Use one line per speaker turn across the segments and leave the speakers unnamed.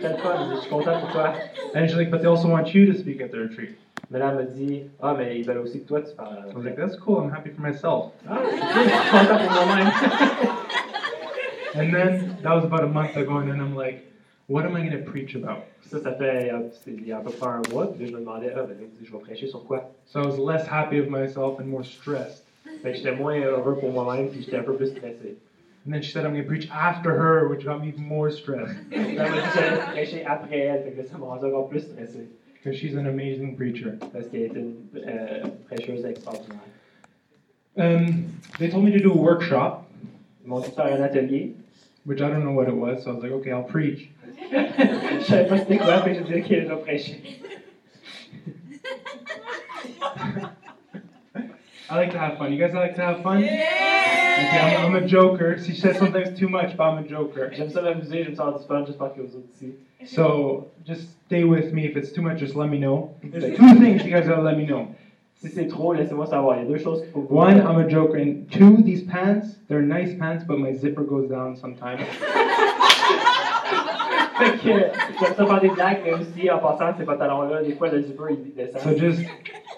Quelle fun, je suis content pour toi.
And she's like, but they also want you to speak at their retreat.
Mais là, elle m'a dit, ah, mais ils veulent aussi que toi, tu parles. à la
I was like,
retraite.
that's cool. I'm happy for myself.
Ah, c'est cool, je suis content pour moi-même.
And then that was about a month ago, and then I'm like, what am I going to preach about?
ça, ça fait, euh, c'est il y a à peu près un mois, puis là, je me demandais, ah, ben, là, je vais prêcher sur quoi?
So I was less happy of myself and more stressed.
Fait que j'étais moins heureux pour moi-même, puis j'étais un peu plus stressé.
And then she said, I'm going to preach after her, which got me more stressed
Puis Elle m'a dit que j'allais prêcher après elle, fait que là, ça m'a rendu encore plus stressé.
because she's an amazing preacher.
Parce qu'elle était une euh, prêcheuse extraordinaire.
Um, they told me to do a workshop,
Ils m'ont dit de faire un atelier.
which I don't know what it was. So I was like, okay, I'll preach.
je savais pas c'était quoi, mais je disais qu'elle va prêcher.
I like to have fun. You guys like to have fun? Okay, I'm, I'm a joker. She says sometimes too much, but I'm a joker.
J'aime ça m'amuser, j'aime ça avoir du fun, j'espère que vous autres aussi.
So just stay with me. If it's too much, just let me know. There's two things you guys gotta let me know.
Si c'est trop, laissez-moi savoir. Il y a deux choses qu'il faut que vous
One, I'm a joker, and two, these pants, they're nice pants, but my zipper goes down sometimes.
Fait que j'aime ça faire des blagues, mais aussi en passant ces pantalons-là, des fois le zipper il descend.
So just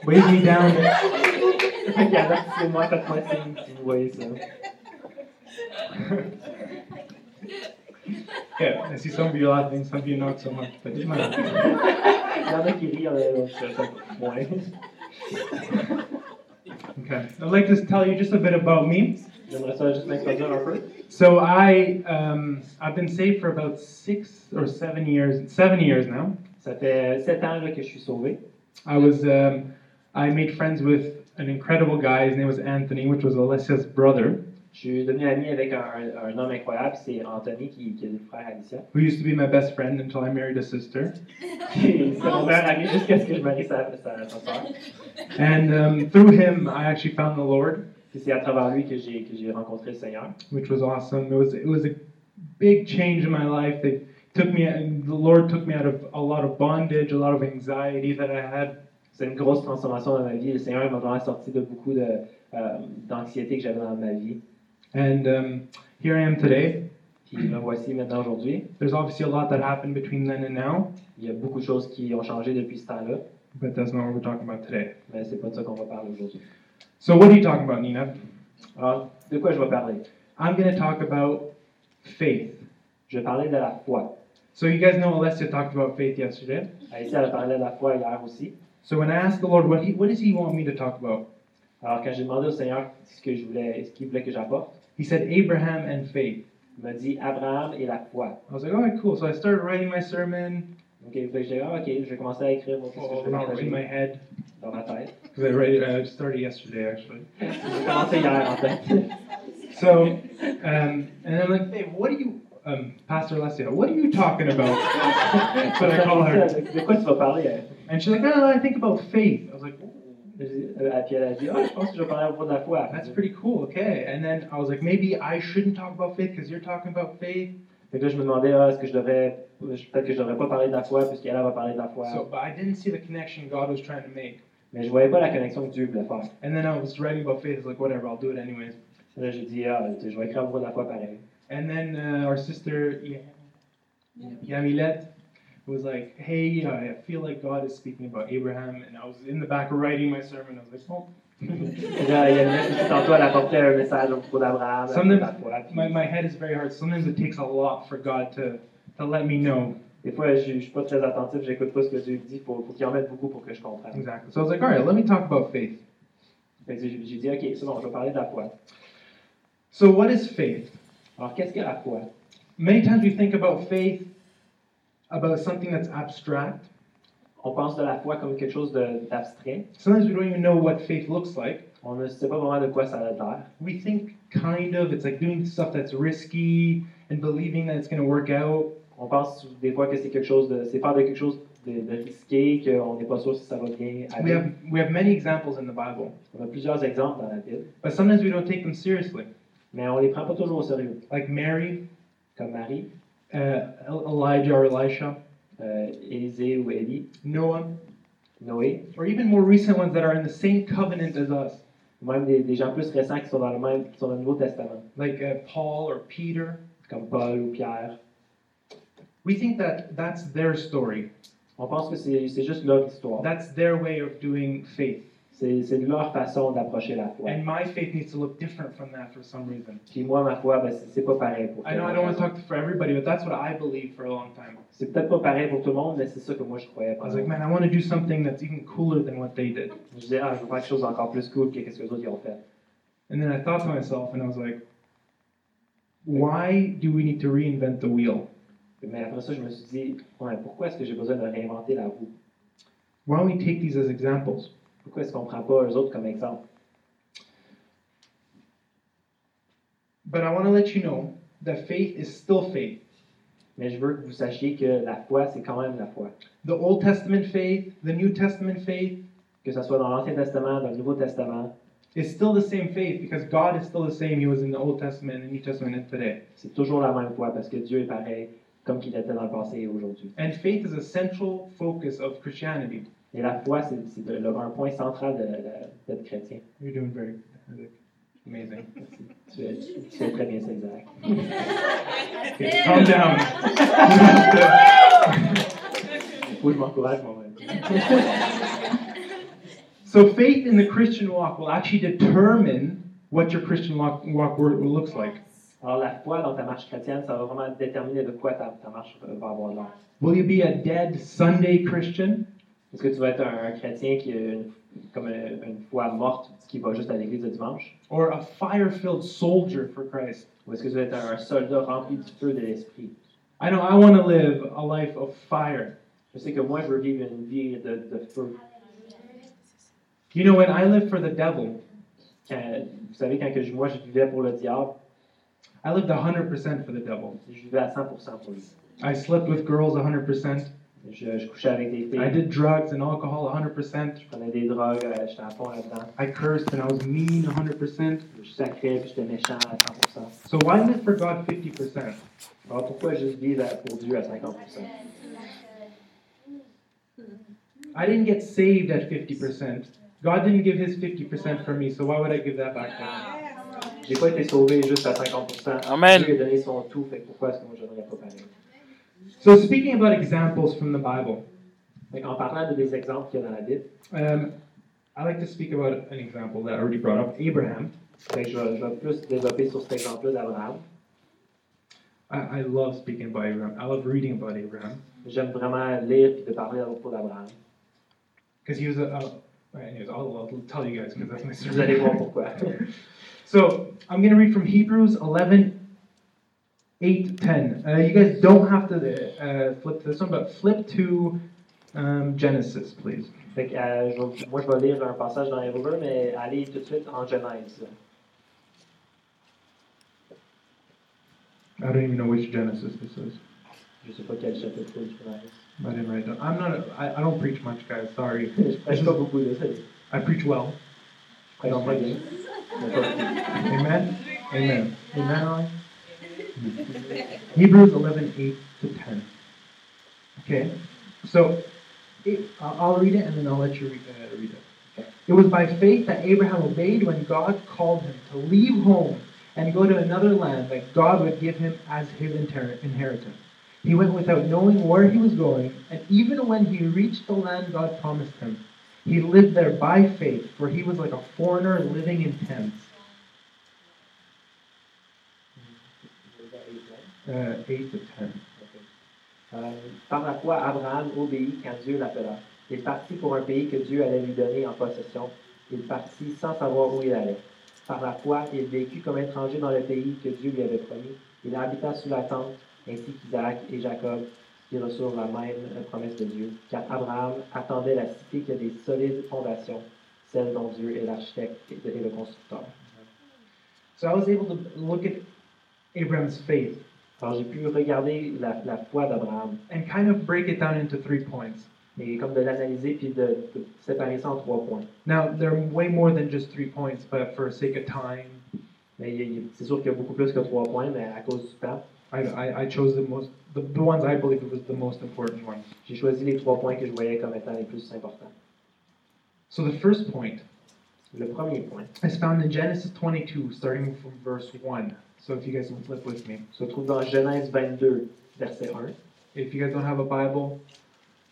wave me down.
Fait que avant, c'est moi, faites-moi signe si vous voyez ça.
Yeah, I see some of you laughing, some of you not so much, but it's fine.
Il y en a qui rient, euh, il y en a d'autres qui sont moins.
Okay. I'd like to tell you just a bit about me.
J'aimerais ça juste m'introduire un peu.
So I, um, I've been saved for about six or seven years, seven years now.
Ça fait sept ans là, que je suis sauvé.
I was um, I made friends with an incredible guy. His name was Anthony, which was Alessia's brother,
Je suis devenu ami avec un, un- un homme incroyable, c'est Anthony qui, qui est le frère Alicia.
who used to be my best friend until I married a sister.
Puis C'est mon meilleur ami jusqu'à ce que je marie sa, sa, sa soeur.
And um, through him, I actually found the Lord,
Puis c'est à travers lui que j'ai que j'ai rencontré le Seigneur.
which was awesome. It was it was a big change in my life. They took me and the Lord took me out of a lot of bondage, a lot of anxiety that I had.
C'est une grosse transformation dans ma vie. Le Seigneur m'a vraiment sorti de beaucoup de, euh, d'anxiété que j'avais dans ma vie.
And um, here I am today.
Puis me voici maintenant aujourd'hui.
There's obviously a lot that happened between then and now,
Il y a beaucoup de choses qui ont changé depuis ce temps-là,
but that's not what we're talking about today.
mais c'est pas de ça qu'on va parler aujourd'hui.
So what are you talking about, Nina?
Alors, de quoi je vais parler?
I'm going to talk about faith.
Je vais parler de la foi.
So you guys know Alessia talked about faith yesterday.
Alicia elle a parlé de la foi hier aussi.
So when I asked the Lord what he what does he want me to talk about,
Alors, quand j'ai demandé au Seigneur ce que je voulais, ce qu'il voulait que j'apporte,
he said Abraham and faith.
il m'a dit Abraham et la foi.
I was like, all right, cool. So I started writing my sermon.
Donc, fait que j'ai dit, ah, ok, je vais commencer à écrire mon qu'est-ce que
Oh,
je vais
not in my
partager
head
dans ma tête.
because I read it. I started yesterday actually.
J'ai commencé hier, en fait.
So um, and I'm like, babe, what are you, um, Pastor Alessia? What are you talking about? That's what I call her.
De quoi tu vas parler? hein?
And she's like, no, no, I think about faith. I was like,
Je dis- euh, puis elle a dit, ah, je pense que je vais parler à propos de la foi.
that's pretty cool. Okay. And then I was like, maybe I shouldn't talk about faith because you're talking about faith.
Fait que là, je me demandais, ah, est-ce que je devrais, je- peut-être que je devrais pas parler de la foi, puisqu'elle elle va parler de la foi.
So, but I didn't see the connection God was trying to make.
Mais je voyais pas la connexion que Dieu voulait faire.
And then I was writing about faith. I was like, whatever, I'll do it anyways.
Là, j'ai dit, ah, tu sais, je vais écrire à propos de la foi pareil.
And then uh, our sister
Yeah.
Yam- Yamilet was like, hey, I feel like God is speaking about Abraham. And I was in the back writing my sermon. I was like, oh.
Puis là, il y a une minute, tantôt, elle apportait un message à propos d'Abraham, à propos de la foi. Puis
my, my head is very hard. Sometimes it takes a lot for God to, to let me know.
des fois, je, je suis pas très attentif, j'écoute pas ce que Dieu dit, faut, faut qu'il en mette beaucoup pour que je comprenne.
Exactly. So I was like, all right, let me talk about faith.
Fait que j'ai j'ai dit, ok, c'est bon, je vais parler de la foi.
So, what is faith?
Alors, qu'est-ce que la foi?
Many times we think about faith about something that's abstract.
On pense de la foi comme quelque chose de- d'abstrait.
Sometimes we don't even know what faith looks like.
On ne sait pas vraiment de quoi ça a l'air.
we think kind of it's like doing stuff that's risky and believing that it's going to work out
On pense des fois que c'est quelque chose de, c'est faire de quelque chose de, de risqué, qu'on n'est pas sûr si ça va bien
we
aller.
have we have many examples in the bible
On a plusieurs exemples dans la Bible,
but sometimes we don't take them seriously
mais on les prend pas toujours au sérieux.
like mary
Comme Marie,
uh, El- elijah or elisha
euh, Élisée ou Élie,
noah
Noé,
or even more recent ones that are in the same covenant as us
ou même des, des gens plus récents qui sont dans le même, qui sont dans le Nouveau Testament,
like uh, paul or peter
comme Paul ou Pierre.
we think that that's their story.
On pense que c'est c'est juste leur histoire.
That's their way of doing faith.
C'est c'est leur façon d'approcher la foi.
And my faith needs to look different from that for some reason.
Puis moi, ma foi, ben, c'est c'est pas pareil pour tout
I
le
know I
monde.
don't want to talk for everybody, but that's what I believed for a long time.
C'est peut-être pas pareil pour tout le monde, mais c'est ça que moi je croyais.
I
pendant
was like, man, I want to do something that's even cooler than what they did.
Je disais, ah, je veux faire quelque chose d'encore plus cool que ce que les autres ils ont fait.
And then I thought to myself, and I was like, why do we need to reinvent the wheel?
Mais après ça, je me suis dit, ouais, pourquoi est-ce que j'ai besoin de réinventer la roue?
Why don't we take these as examples?
Pourquoi est-ce qu'on prend pas eux autres comme exemple?
But I want to let you know that faith is still faith.
Mais je veux que vous sachiez que la foi, c'est quand même la foi.
The Old Testament faith, the New Testament faith,
Que ce soit dans l'Ancien Testament, dans le Nouveau Testament,
is still the same faith because God is still the same He was in the Old Testament and the New Testament and today.
c'est toujours la même foi parce que Dieu est pareil comme qu'il était dans le passé et aujourd'hui.
And faith is a central focus of Christianity.
Et la foi, c'est c'est de- le- un point central de- de- d'être chrétien.
You're doing very good. Isaac. Amazing.
Tu fais, tu fais très bien ça, Isaac.
Okay, calm down.
Oui, je m'encourage moi-même.
so faith in the Christian walk will actually determine what your Christian walk, walk wor- looks like.
Alors, la foi dans ta marche chrétienne, ça va vraiment déterminer de quoi ta, ta marche euh, va avoir l'air.
Will you be a dead Sunday Christian?
Est-ce que tu vas être un, un chrétien qui a une, comme une, une foi morte, qui va juste à l'église le dimanche?
Or a fire filled soldier for Christ?
Ou est-ce que tu vas être un, un soldat rempli du feu de l'esprit?
I know I want to live a life of fire.
Je sais que moi, je veux vivre une vie de, de feu.
You know, when I lived for the devil,
Quand- vous savez, quand que je, moi, je vivais pour le diable,
I lived 100% for the devil.
je vivais à 100% pour lui.
I slept with girls 100%.
Je, je couchais avec des
I
filles,
did drugs and alcohol 100%.
je prenais des drogues, euh, j'étais à fond là-dedans.
I cursed and I was mean 100%.
Je sacrais, puis j'étais méchant à 100%.
So why live for God 50%?
Alors, pourquoi juste vivre à- pour Dieu à 50%?
I didn't get saved at 50%. God didn't give his 50% for me, so why would I give that back to him?
J'ai pas été sauvé juste à 50%.
Amen.
Dieu a donné son tout, fait que pourquoi est-ce que moi je donnerais pas pareil?
So speaking about examples from the Bible,
Fait en parlant de des exemples qu'il y a dans la Bible,
um, I like to speak about an example that I already brought up, Abraham.
fait que je, vais, je vais plus développer sur cet exemple-là d'Abraham.
I, I love speaking about Abraham. I love reading about Abraham.
J'aime vraiment lire et de parler à propos d'Abraham.
Because he was a. Uh, right, anyways, I'll, I'll tell you guys because that's my
Vous allez voir
story.
pourquoi.
so I'm going to read from Hebrews 11, 8, 10. Uh, you guys don't have to uh, flip to this one, but flip to um, Genesis, please.
Fait que, euh, je vais- moi, je vais lire un passage dans Hébreux, mais allez tout de suite en Genèse.
I don't even know which Genesis this is.
Je sais pas quel chapitre c'est, je pense.
I didn't write it down. I'm not. A, I, am not I don't preach much, guys. Sorry.
Je prêche pas beaucoup de ça. Je
I preach well.
prêche pas bien. mais pas beaucoup.
Amen. Amen. Amen. Alan? Hebrews 11, 8 to 10. Okay, so it, I'll I'll read it and then I'll let you read, uh, read it. Okay. It was by faith that Abraham obeyed when God called him to leave home and go to another land that God would give him as his inter- inheritance. He went without knowing where he was going, and even when he reached the land God promised him, he lived there by faith, for he was like a foreigner living in tents. Uh, 8 to 10.
Euh, par la foi, Abraham obéit quand Dieu l'appela. Il partit pour un pays que Dieu allait lui donner en possession. Il partit sans savoir où il allait. Par la foi, il vécut comme étranger dans le pays que Dieu lui avait promis. Il habita sous la tente, ainsi qu'Isaac et Jacob, qui reçurent la même euh, promesse de Dieu. Car Abraham attendait la cité qui a des solides fondations, celle dont Dieu est l'architecte et et le constructeur.
So I was able to look at Abraham's faith
Alors j'ai pu regarder la, la foi d'Abraham
and kind of break it down into three points.
et comme de l'analyser puis de- de séparer ça en trois points.
Now, there are way more than just three points, but for sake of time,
Mais il y a- il y a- c'est sûr qu'il y a beaucoup plus que trois points, mais à cause du temps,
I, I, I chose the most, the, the ones I believe was the most important ones.
j'ai choisi les trois points que je voyais comme étant les plus importants.
So the first point
Le premier point
is found in Genesis 22, starting from verse 1. So if you guys can flip with me.
se trouve dans Genèse 22, verset 1.
If you guys don't have a Bible,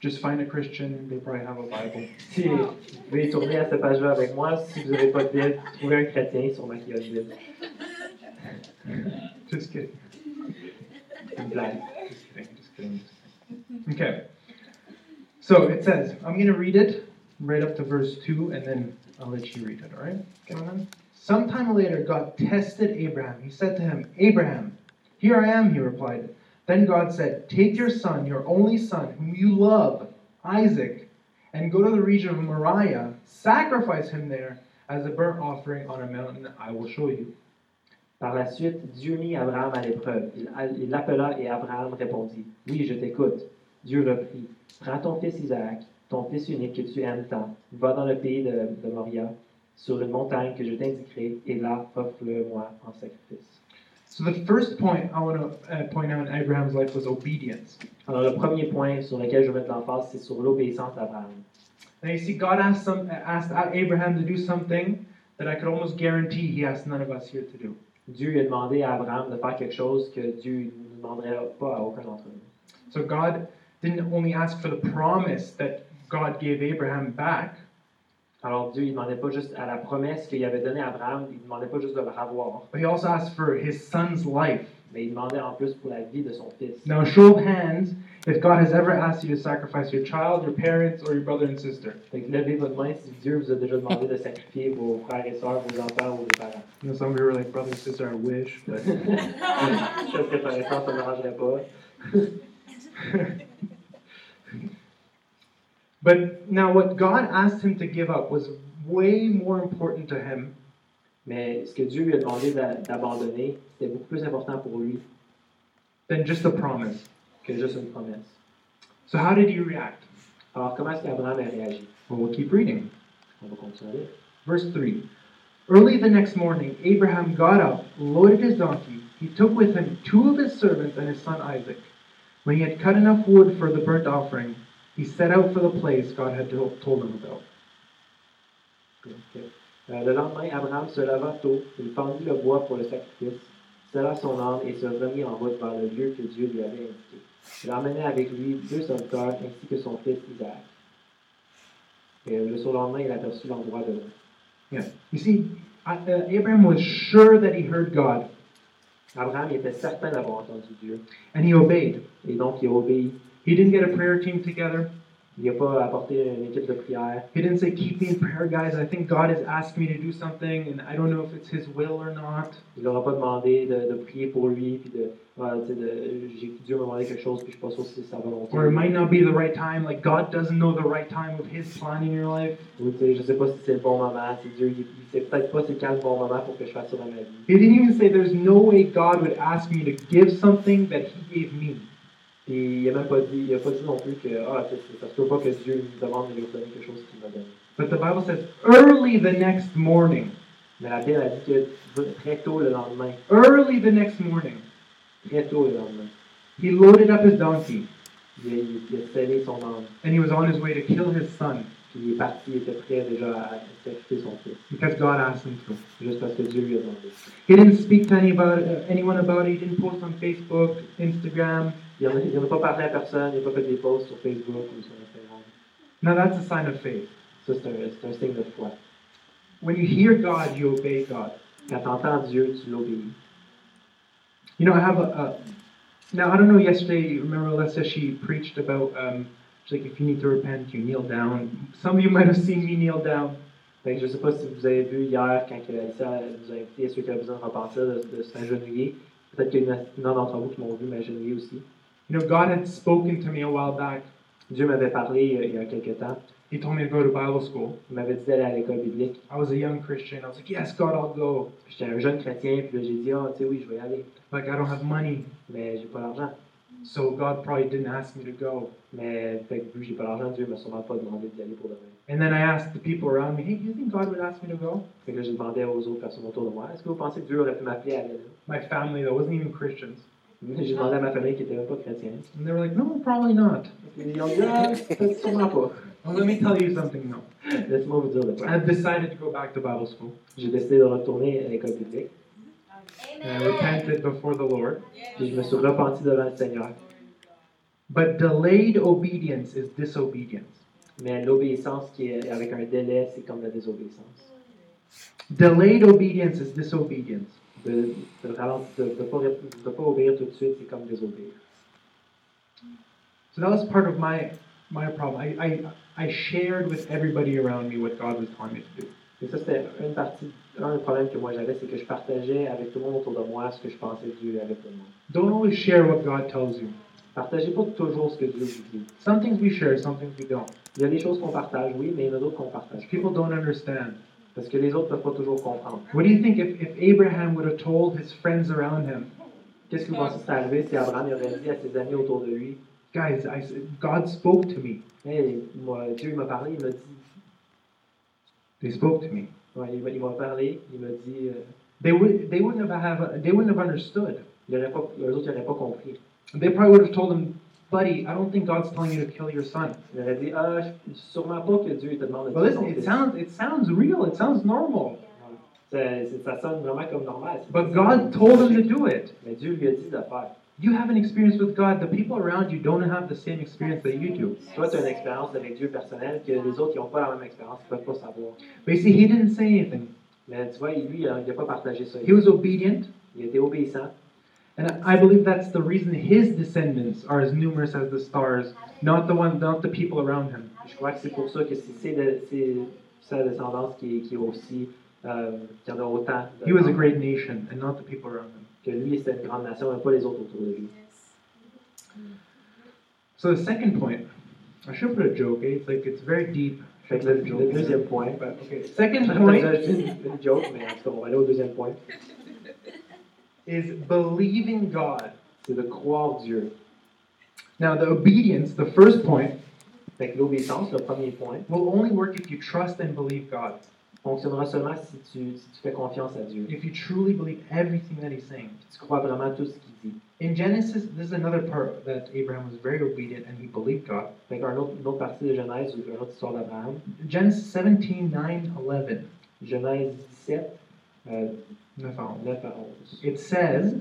just find a Christian. They probably have a Bible.
Si vous voulez tourner à cette page-là avec moi, si vous n'avez pas de Bible, trouvez un chrétien, sûrement qu'il y a une Bible.
Just kidding.
C'est une blague.
Just kidding. Just kidding. Just kidding. Okay. So it says, I'm going to read it right up to verse 2, and then I'll let you read it, all right?
Mhm.
Sometime later, God tested Abraham. He said to him, Abraham, here I am, he replied. Then God said, Take your son, your only son, whom you love, Isaac, and go to the region of Moriah. Sacrifice him there as a burnt offering on a mountain I will show you.
Par la suite, Dieu mit Abraham à l'épreuve. Il a- Il l'appela et Abraham répondit Oui, je t'écoute. Dieu reprit Prends ton fils Isaac, ton fils unique que tu aimes tant, va dans le pays de, de Moria, sur une montagne que je t'indiquerai, et là, offre-le-moi en sacrifice.
So the first point I want to uh, point out in Abraham's life was obedience.
Alors, le premier point sur lequel je vais mettre l'emphase, c'est sur l'obéissance d'Abraham.
Now you see, God asked, some, asked Abraham to do something that I could almost guarantee he asked none of us here to do.
Dieu a demandé à Abraham de faire quelque chose que Dieu ne demanderait pas à aucun d'entre nous.
So God didn't only ask for the promise that God gave Abraham back,
Alors, Dieu, il demandait pas juste à la promesse qu'il avait donnée à Abraham, il demandait pas juste de le revoir,
but he also asked for his son's life.
mais il demandait en plus pour la vie de son fils.
Now, show of hands if God has ever asked you to sacrifice your child, your parents, or your brother and sister.
Fait que levez votre main si Dieu vous a déjà demandé de sacrifier vos frères et sœurs, vos enfants ou vos parents.
You know, some of you were like, brother and sister, I wish, but.
Chose que par exemple, ça ne m'arrangerait pas.
but now, what God asked him to give up was way more important to him
Mais ce que Dieu lui a demandé d'a- d'abandonner, c'était beaucoup plus important pour lui
than just a promise.
que juste une promesse.
So, how did he react?
Alors, comment est-ce qu'Abraham a réagi?
Well, we'll keep reading.
On va continuer.
Verse 3 Early the next morning, Abraham got up, loaded his donkey. He took with him two of his servants and his son Isaac. When he had cut enough wood for the burnt offering, he set out for the place God had to- told him about.
Donc, euh, le lendemain, Abraham se leva tôt, il fendit le bois pour le sacrifice, sella son âme et se remit en route vers le lieu que Dieu lui avait indiqué. Il emmenait avec lui deux serviteurs ainsi que son fils Isaac. Et euh, le surlendemain, il aperçut l'endroit de l'homme.
Yeah. You see, I- uh, Abraham was sure that he heard God,
Abraham était certain d'avoir entendu Dieu,
and he obeyed.
et donc il a obéi.
He didn't get a prayer team together.
Il n'a pas apporté une équipe de prière.
He didn't say, Keep me in prayer, guys. I think God has asked me to do something, and I don't know if it's His will or not.
Il leur a pas demandé de, de prier pour lui, puis de, Ah, tu sais, de- j'ai Dieu m'a demandé quelque chose, puis je ne suis pas sûr si c'est sa volonté.
Or it might not be the right time. Like, God doesn't know the right time of His plan in your life.
Ou tu sais, je sais pas si c'est le bon moment, si Dieu, il, il sait peut-être pas c'est quand le bon moment pour que je fasse ça dans ma vie.
He didn't even say there's no way God would ask me to give something that he gave me.
Puis il a même pas dit, il a pas dit non plus que, ah, tu sais, c'est- ça se peut pas que Dieu me demande de lui donner quelque chose qu'il m'a donné.
But the Bible says early the next morning,
Mais la Bible a dit que très tôt le lendemain,
early the next morning,
très tôt le lendemain,
he loaded up his donkey
il a, il- il a scellé son âme,
and he was on his way to kill his son
puis il est parti, il était prêt déjà à sacrifier son fils,
because God asked him to.
juste parce que Dieu lui a demandé.
He didn't speak to any about, uh, anyone about it. He didn't post on Facebook, Instagram.
Il n'en a, il en a pas parlé à personne, il n'a pas fait des posts sur Facebook ou sur Instagram.
Now that's a sign of faith.
Ça, c'est un, c'est un signe de foi.
When you hear God, you obey God.
Quand t'entends Dieu, tu l'obéis.
You know, I have a, a now I don't know. Yesterday, you remember Alyssa? She preached about um, she's like, if you need to repent, you kneel down. Some of you might have seen me kneel down.
Fait que je ne sais pas si vous avez vu hier, quand que Alicia nous a invités, ceux qui avaient besoin de repentir, de, de s'agenouiller. Peut-être qu'il y en a non d'entre vous qui m'ont vu m'agenouiller aussi.
You know, God had spoken to me a while back.
Dieu m'avait parlé euh, il y a, il y a quelque temps.
He told me to go to Bible school.
Il m'avait dit d'aller à l'école biblique.
I was a young Christian. I was like, yes, God, I'll go.
Puis J'étais un jeune chrétien, puis là, j'ai dit, ah, tu sais, oui, je vais y aller.
Like, I don't have money,
Mais j'ai pas l'argent.
so God probably didn't ask me to go.
Mais fait que vu que j'ai pas l'argent, Dieu m'a sûrement pas demandé d'y aller pour demain.
And then I asked the people around me, hey, do you think God would ask me to go?
Fait que là, j'ai demandé aux autres personnes autour de moi, est-ce que vous pensez que Dieu aurait pu m'appeler à aller là?
My family that wasn't even Christians,
Mais J'ai demandé à ma famille qui était même pas chrétienne.
and they were like, no, probably not.
Puis Ils ont dit, ah, peut-être sûrement pas.
Well, let me tell you something though.
Laisse-moi vous dire de quoi.
I've decided to go back to Bible school.
J'ai décidé de retourner à l'école biblique.
And I repented before the Lord.
Puis je me suis repenti devant le Seigneur.
But delayed obedience is disobedience.
Mais l'obéissance qui est avec un délai, c'est comme la désobéissance.
Delayed obedience is disobedience.
De ne pas, rép- de pas obéir tout de suite, c'est comme désobéir.
So that was part of my my problem. I, I I shared with everybody around me what God was telling me to do.
Et ça, c'était une partie, un problème que moi j'avais, c'est que je partageais avec tout le monde autour de moi ce que je pensais que Dieu avait pour moi.
Don't always share what God tells you.
Partagez pas toujours ce que Dieu vous dit.
Some things we share, some things we don't.
Il y a des choses qu'on partage, oui, mais il y en a d'autres qu'on partage pas.
People don't understand.
Parce que les autres ne peuvent pas toujours comprendre.
What do you think if, if Abraham would have told his friends around him,
Qu'est-ce que vous pensez que c'est arrivé si Abraham il aurait dit à ses amis autour de lui
guys, I, s- God spoke to me.
Hey, moi, Dieu il m'a parlé, il m'a dit.
They spoke to me.
Ouais, il m'a- il m'a parlé, il m'a dit. euh,
They would they wouldn't have, have they wouldn't have understood.
il aurait pas, eux autres n'auraient pas compris.
They probably would have told him, buddy, I don't think God's telling you to kill your son.
Il aurait dit Ah, je- sûrement pas que Dieu te demande de
But
tuer
listen,
ton
it
fils.
sounds it sounds real. It sounds normal.
Ça, c'est- ça sonne vraiment comme normal. c'est-
But God told him to do it.
Mais Dieu lui a dit de le faire.
You have an experience with God. The people around you don't have the same experience that you do.
Toi, tu as une expérience avec Dieu personnelle que les autres, ils n'ont pas la même expérience, ils ne peuvent pas savoir.
But you see, he didn't say anything.
Mais tu vois, lui, hein, il n'a pas partagé ça.
He was obedient,
Il était obéissant.
and I believe that's the reason his descendants are as numerous as the stars, not the one, not the people around him.
Je crois que c'est pour ça que c'est c'est de- c'est sa descendance qui, est- qui est aussi, euh, qui en a autant. de-
He was a great nation, and not the people around him.
Que lui, c'était une grande nation, mais pas les autres autour de lui.
So the second point, I should put a joke. Eh? It's like it's very deep.
Fait que le, le deuxième point.
But okay, second
Je
point
faisais juste une, une joke, mais en tout cas, on va aller au deuxième point.
is believing God.
C'est de croire Dieu.
Now the obedience, the first point,
Fait que l'obéissance, le premier point,
will only work if you trust and believe God.
fonctionnera seulement si tu, si tu fais confiance à Dieu.
If you truly believe everything that he's saying.
Tu crois vraiment tout ce qu'il dit.
In Genesis, this is another part that Abraham was very obedient and he believed God.
Fait qu'un autre, une autre partie de Genèse, ou une autre histoire d'Abraham,
Genesis 17, 9, 11.
Genèse 17, euh,
No problem.
9 à 11.
It says,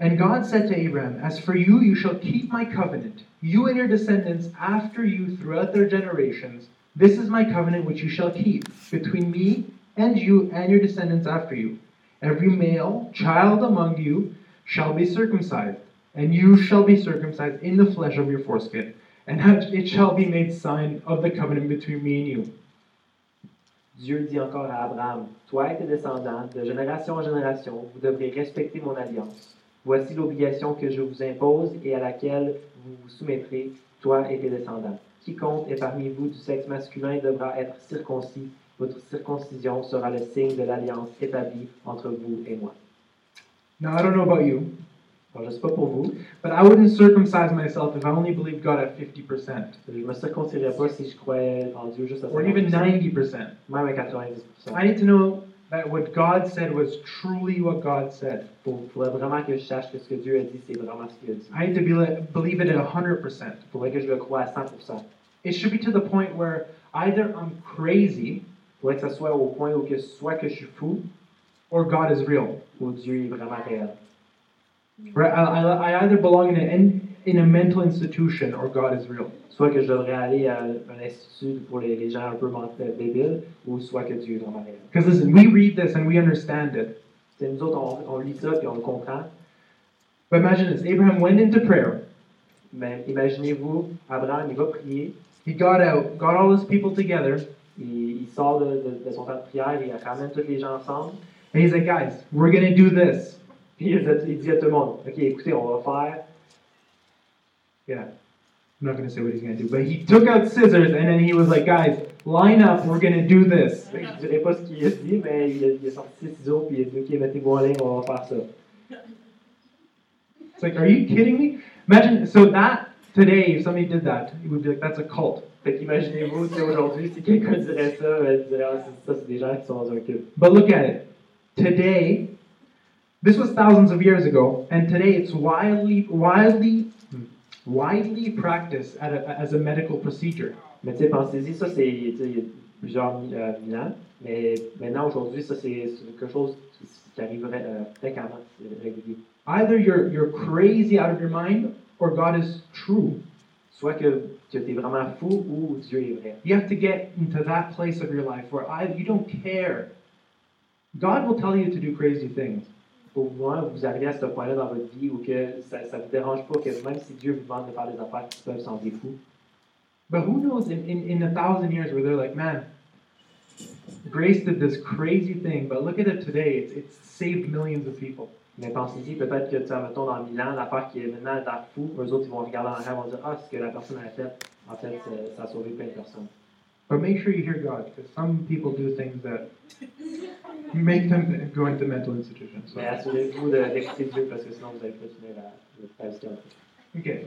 And God said to Abraham, As for you, you shall keep my covenant, you and your descendants after you throughout their generations. This is my covenant which you shall keep between me and you and your descendants after you. Every male child among you shall be circumcised, and you shall be circumcised in the flesh of your foreskin, and it shall be made sign of the covenant between me and you.
Dieu dit encore à Abraham, Toi et tes descendants, de génération en génération, vous devrez respecter mon alliance. Voici l'obligation que je vous impose et à laquelle vous vous soumettrez, toi et tes descendants. Quiconque est parmi vous du sexe masculin devra être circoncis. Votre circoncision sera le signe de l'alliance établie entre vous et moi.
Now, I don't know about you,
Alors, je ne sais pas pour vous,
But I wouldn't circumcise myself if I only believed God at 50%
je ne me circoncirais pas si je croyais en Dieu juste à
or even
50%,
90%.
même à 90%.
I need to know that what God said was truly what God said.
Il faudrait vraiment que je sache que ce que Dieu a dit, c'est vraiment ce qu'il a dit.
I need to be, believe it at 100%.
Il faudrait que je le croie à 100%.
It should be to the point where either I'm crazy
Il faudrait que ce soit au point où que soit que je suis fou
or God is real.
ou Dieu est vraiment réel.
Right? I, I, I either belong in a, in, in a mental institution or God is real.
Soit que je devrais aller à un institut pour les, les gens un peu ment- euh, débiles ou soit que Dieu est vraiment réel.
Because listen, we read this and we understand it.
C'est nous autres, on, on lit ça et on le comprend.
But imagine this Abraham went into prayer.
Mais imaginez-vous, Abraham, il va prier,
He got out, got all his people together,
il, il sort de, de- de son temps de prière, il ramène tous les gens ensemble.
and he's like, guys, we're going to do this.
Puis il, il dit à tout le monde, OK, écoutez, on va faire.
Yeah. I'm not going to say what he's going to do, but he took out scissors and then he was like, guys, line up, we're going to do this.
Je ne dirais pas ce qu'il a dit, mais il a, il a sorti ses ciseaux puis il a dit, OK, mettez-vous en ligne, on va faire ça.
It's like, are you kidding me? Imagine, so that today, if somebody did that, it would be like, that's a cult.
Fait qu'imaginez-vous, tu sais, aujourd'hui, si quelqu'un dirait ça, euh, tu dirais, ah, c'est- ça, c'est des gens qui sont dans un culte.
But look at it. Today, this was thousands of years ago, and today it's widely, widely, widely practiced at a, as a medical procedure.
Mais tu sais, pensez-y, ça, c'est, tu sais, il y a plusieurs mi- euh, mille ans. Mais maintenant, aujourd'hui, ça, c'est c'est quelque chose qui, qui arriverait euh, fréquemment, c'est régulier.
Either you're, you're crazy out of your mind, or God is true.
Soit que, que tu es vraiment fou ou Dieu est vrai.
You have to get into that place of your life where I, you don't care. God will tell you to do crazy things.
Au moins, vous arrivez à ce point-là dans votre vie où que ça ne vous dérange pas que même si Dieu vous demande de faire des affaires qui peuvent sembler fous,
But who knows in, in, in a thousand years where they're like, man, grace did this crazy thing, but look at it today. It's, it's saved millions of people.
mais pensez-y, peut-être que, tu sais, mettons, dans 1000 ans, l'affaire qui est maintenant l'air fou, eux autres, ils vont regarder en arrière et vont dire « Ah, ce que la personne a fait, en fait, ça- ça a sauvé plein de personnes.
But make sure you hear God, because some people do things that make them go into mental institutions.
Mais
So,
assurez-vous de- d'écouter Dieu parce que sinon, vous allez pas finir la, la mission.
okay.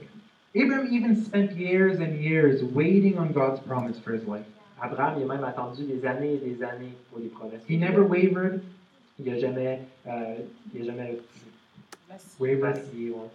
Abram even spent years and years waiting on God's promise for his life.
Abraham, il a même attendu des années et des années pour les promesses.
He never wavered.
Il n'a jamais, euh, il a jamais
Wavered.
vacillé. ouais.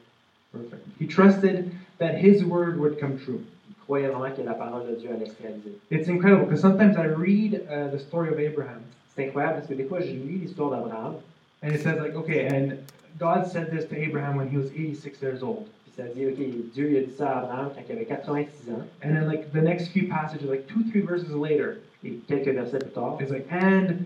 Perfect. He trusted that his word would come true.
Il croyait vraiment que la parole de Dieu allait se réaliser.
It's incredible because sometimes I read uh, the story of Abraham
C'est incroyable parce que des fois, je lis l'histoire d'Abraham,
and it says, like, okay, and God said this to Abraham when he was 86 years old.
puis ça dit, OK, Dieu il a dit ça à Abraham quand il avait 86 ans,
And then, like, the next few passages, like two, three verses later,
et quelques versets plus tard,
It's like, and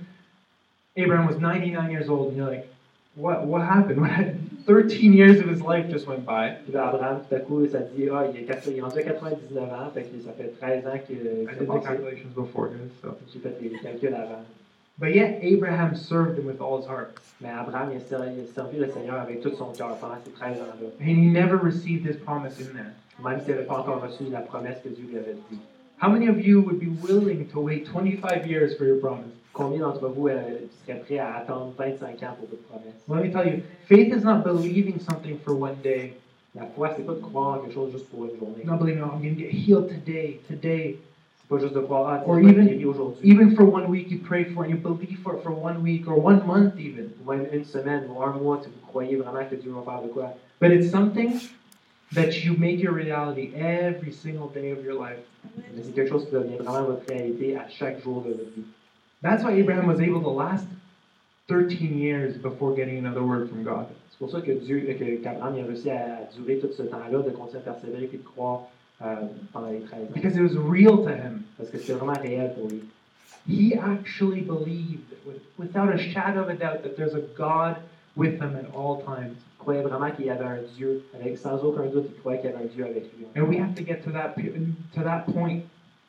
Abraham was 99 years old, and you're like, what? What happened? What? 13 years of his life just went by,
Puis là, Abraham, tout à coup, ça dit, ah, il est, quatre- il est rendu à 99 ans, fait que ça fait 13 ans que
I
c'est
did the
passé.
calculations before this, so.
J'ai fait des calculs avant.
But yet Abraham served him with all his heart,
Mais Abraham, il a, servi, il a servi le Seigneur avec tout son cœur pendant ces 13 ans-là.
and he never received his promise in there.
Même s'il n'avait pas encore reçu la promesse que Dieu lui avait dit.
How many of you would be willing to wait 25 years for your promise?
Combien d'entre vous euh, seraient prêts à attendre 25 ans pour votre promesse?
Let me tell you, faith is not believing something for one day,
La foi, c'est pas de croire en quelque chose juste pour une journée.
not believing, oh, I'm going to get healed today, today.
C'est pas juste de croire, ah,
Or
tiens, je vais
even-
être guéri aujourd'hui.
Even for one week, you pray for it, you believe for it for one week or one month, even.
Ou même une semaine ou un mois, si vous croyez vraiment que Dieu va faire de quoi.
But it's something that you make your reality every single day of your life.
Mais c'est quelque chose qui devient vraiment votre réalité à chaque jour de votre vie.
That's why Abraham was able to last 13 years before getting another word from God.
C'est pour ça que Dieu, euh, que qu'Abraham il a réussi à durer tout ce temps-là, de continuer à persévérer et de croire euh, pendant les 13 ans.
Because it was real to him.
Parce que c'est vraiment réel pour lui.
He actually believed with, without a shadow of a doubt that there's a God with him at all times.
Il croyait vraiment qu'il y avait un Dieu, avec, sans aucun doute, il croyait qu'il y avait un Dieu avec lui.
And we have to get to that p- to that point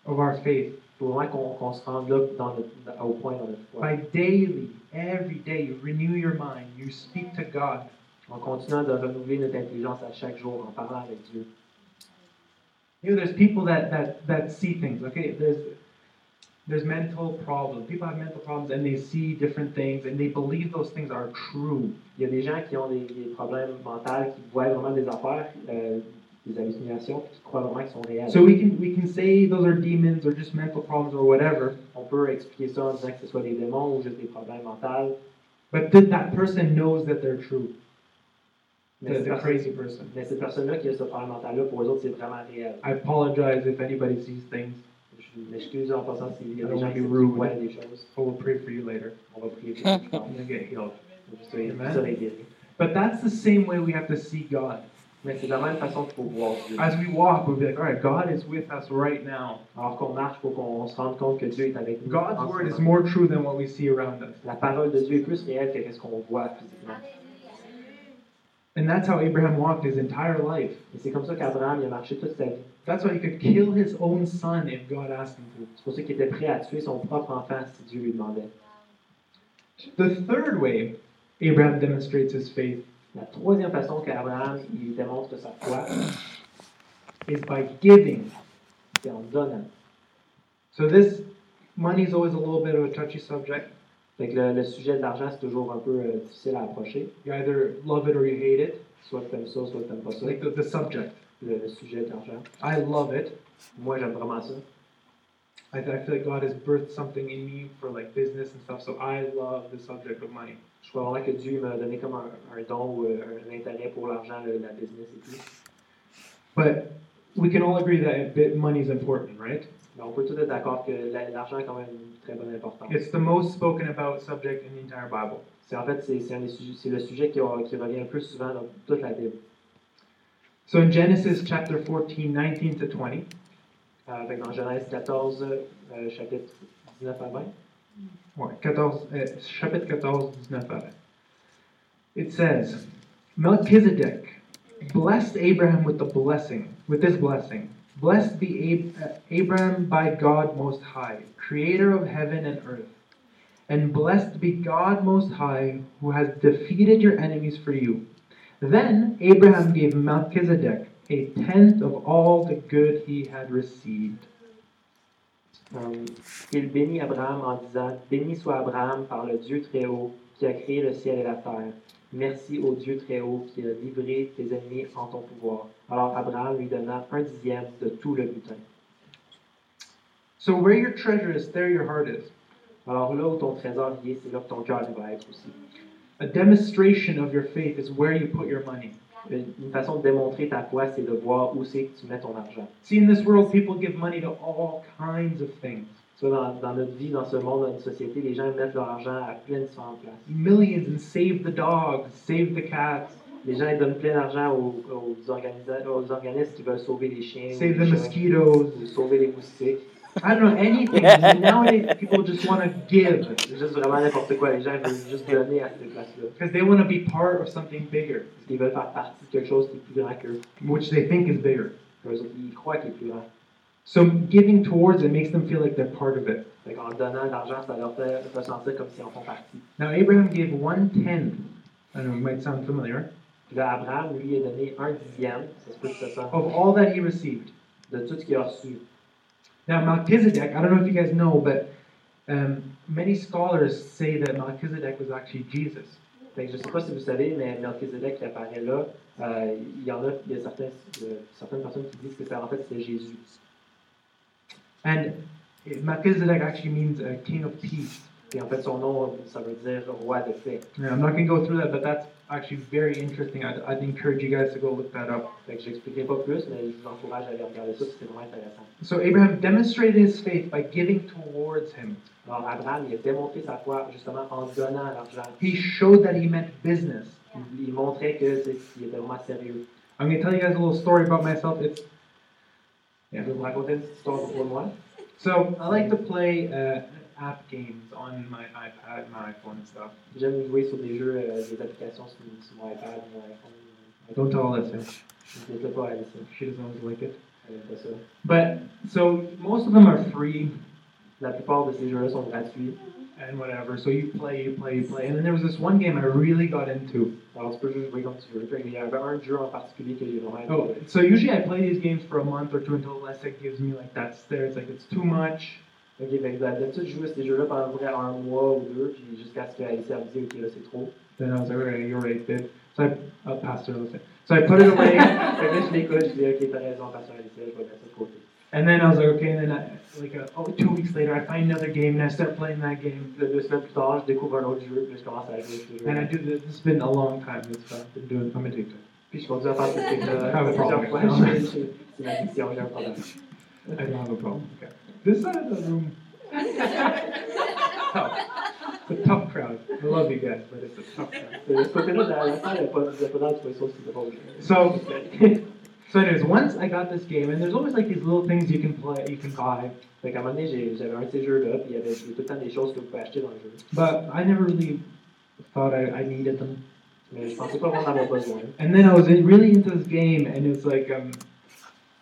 of our faith
Il faut vraiment qu'on qu'on se rende là dans notre- au point dans notre foi.
by daily, every day, you renew your mind, you speak to God.
En continuant de renouveler notre intelligence à chaque jour, en parlant avec Dieu.
You know, there's people that, that, that see things, okay? There's there's mental problems. People have mental problems and they see different things and they believe those things are true.
Il y a des gens qui ont des, des problèmes mentaux, qui voient vraiment des affaires, euh, des hallucinations, puis qui croient vraiment qu'ils sont réels.
So we can we can say those are demons or just mental problems or whatever,
On peut expliquer ça en disant que ce soit des démons ou juste des problèmes mentaux.
but that that person knows that they're true.
Mais
The,
c'est
the
parce-
crazy person.
Mais cette personne-là qui a ce problème mental-là, pour eux autres, c'est vraiment réel.
I apologize if anybody sees things.
Je m'excuse en passant s'il y a
I
des
don't
gens
wanna
qui
be rude.
voient des choses.
But we'll pray for you later.
On va prier pour que
I'm gonna get healed.
vous soyez- vous
Amen.
serez guéris.
But that's the same way we have to see God.
Mais c'est de la même façon qu'il faut voir Dieu.
As we walk, we'll be like, all right, God is with us right now.
Alors qu'on marche, il faut qu'on se rende compte que Dieu est avec nous. en
God's
ce
word is
moment.
more true than what we see around us.
La parole de Dieu est plus réelle que ce qu'on voit physiquement.
And that's how Abraham walked his entire life.
Et c'est comme ça qu'Abraham il a marché toute sa vie.
That's why he could kill his own son if God asked him to.
C'est pour ça qu'il était prêt à tuer son propre enfant si Dieu lui demandait.
The third way Abraham demonstrates his faith
La troisième façon qu'Abraham il démontre sa foi,
is by giving.
c'est en donnant.
So this money is always a little bit of a touchy subject.
Fait que le, le sujet de l'argent, c'est toujours un peu euh, difficile à approcher.
You either love it or you hate it.
Soit t'aimes ça, soit t'aimes pas
It's
ça.
like the, the subject.
Le, le sujet de l'argent.
I love it.
Moi, j'aime vraiment ça.
I, I feel like God has birthed something in me for like business and stuff. So I love the subject of money.
Je crois vraiment que Dieu m'a donné comme un, un don ou euh, un intérêt pour l'argent, le- la business et tout.
But we can all agree that a bit money is important, right?
Mais on peut tous être d'accord que la- l'argent a quand même une très bonne importance.
It's the most spoken about subject in the entire Bible.
C'est en fait c'est c'est un des sujets- c'est le sujet qui, qui revient un peu souvent dans toute la Bible.
So in Genesis chapter 14, 19 to 20,
Euh, fait que dans Genèse 14, euh, chapitre 19 à 20,
Ouais, 14, euh, chapitre 14, 19 à 20. It says, Melchizedek blessed Abraham with the blessing, with this blessing. Blessed be Ab- uh, Abraham by God Most High, creator of heaven and earth. And blessed be God Most High, who has defeated your enemies for you. Then Abraham gave Melchizedek a tenth of all the good he had received.
euh, il bénit Abraham en disant Béni soit Abraham par le Dieu très haut qui a créé le ciel et la terre. Merci au Dieu très haut qui a livré tes ennemis en ton pouvoir. Alors Abraham lui donna un dixième de tout le butin.
So where your treasure is, there your heart is.
Alors là où ton trésor y est, c'est là que ton cœur va être aussi.
A demonstration of your faith is where you put your money.
Une, une façon de démontrer ta foi, c'est de voir où c'est que tu mets ton argent.
See, in this world, people give money to all kinds of things
Tu vois, dans, dans notre vie, dans ce monde, dans notre société, les gens mettent leur argent à plein de différentes places.
millions and save the dogs, save the cats,
Les gens ils donnent plein d'argent aux, aux, organisa- aux organismes qui veulent sauver les chiens, ou
save the
les chats,
mosquitoes.
ou sauver les moustiques.
I don't know, anything. Nowadays, people just want to give
C'est juste vraiment n'importe quoi. Les gens veulent juste donner à cette place-là.
because they want to be part of something bigger,
Parce qu'ils veulent faire partie de quelque chose qui est plus grand qu'eux.
which they think is bigger.
Qu'eux autres, ils croient qu'il est plus grand.
So giving towards it makes them feel like they're part of it.
Fait qu'en donnant de l'argent, ça leur fait ressentir comme si on font partie.
Now, Abraham gave one tenth. I don't know, it might sound familiar.
Puis là, Abraham, lui, il a donné un dixième, ça se peut que ce soit,
Of all that he received.
de tout ce qu'il a reçu.
Now, Melchizedek, I don't know if you guys know, but um, many scholars say that Melchizedek was actually Jesus.
Fait que je ne sais pas si vous savez, mais Melchizedek qui apparaît là, euh, il y en a, il y a certains, euh, certaines personnes qui disent que c'est en fait c'est Jésus.
And it- Melchizedek actually means uh, king of peace.
Et en fait, son nom, ça veut dire roi de paix.
Now, I'm not going to go through that, but that's actually very interesting. I'd, I'd encourage you guys to go look that up.
Fait que j'expliquerai pas plus, mais je vous encourage à aller regarder ça, parce que c'est vraiment intéressant.
So, Abraham demonstrated his faith by giving towards him.
Alors, Abraham, il a démontré sa foi justement en donnant l'argent.
He showed that he meant business.
Il, il montrait que c'est- qu'il était vraiment sérieux.
I'm going to tell you guys a little story about myself. It's
Je vais vous raconter une petite histoire pour moi.
So, I like to play uh, app games on my iPad, my iPhone, and stuff.
J'aime jouer sur des jeux, euh, des applications sur, sur mon iPad, mon iPhone. euh,
Don't tell Alyssa.
Je ne sais pas, Alice.
She doesn't always like it.
Elle aime pas ça.
But so most of them are free
La plupart de ces jeux-là sont gratuits.
and whatever. So you play, you play, you play. And then there was this one game I really got into.
Alors, tu peux juste jouer comme tu veux. Fait qu'il y avait un jeu en particulier que j'ai vraiment
Oh,
adoré.
so usually I play these games for a month or two until Alessa gives me like that stare. It's like it's too much.
Ok, fait que ben, d'habitude, je jouais à ces jeux-là pendant à peu près un mois ou deux, puis jusqu'à ce qu'Alice me dise, ok, là, c'est trop.
Then I was like, all right, you're right, babe. So I I'll pass her Alyssa. So I put it away,
Fait que là, je l'écoute, je dis, ok, t'as raison, parce que Alice, je vais mettre ça de côté.
and then I was like, okay. And then I, like uh, oh, two weeks later, I find another game and I start playing that game.
Puis là, deux semaines plus tard, je découvre un autre jeu, puis là, je commence à jouer à ce
And I
jeu.
do this. It's been a long time. This stuff. I've been doing. I'm addicted.
Puis je continue à faire ce
Ah,
truc-là
le
plusieurs
problème.
fois. Je- je- C'est ma addiction, j'ai un problème.
I don't have a problem. Okay. This side of the room. tough. It's a tough crowd. I love you guys, but it's a tough crowd.
Euh, Ce côté-là, dans la salle, il n'y a pas il y a pas d'air, tu vois ça aussi drôle.
So, so anyways, once I got this game, and there's always like these little things you can play, you can buy,
Fait qu'à un moment donné, j'ai- j'avais un de ces jeux-là, puis il y avait il y a tout le temps des choses que vous pouvez acheter dans le jeu.
but I never really thought I, I needed them.
Mais je pensais pas vraiment en avoir besoin.
And then I was in, really into this game, and it's like um,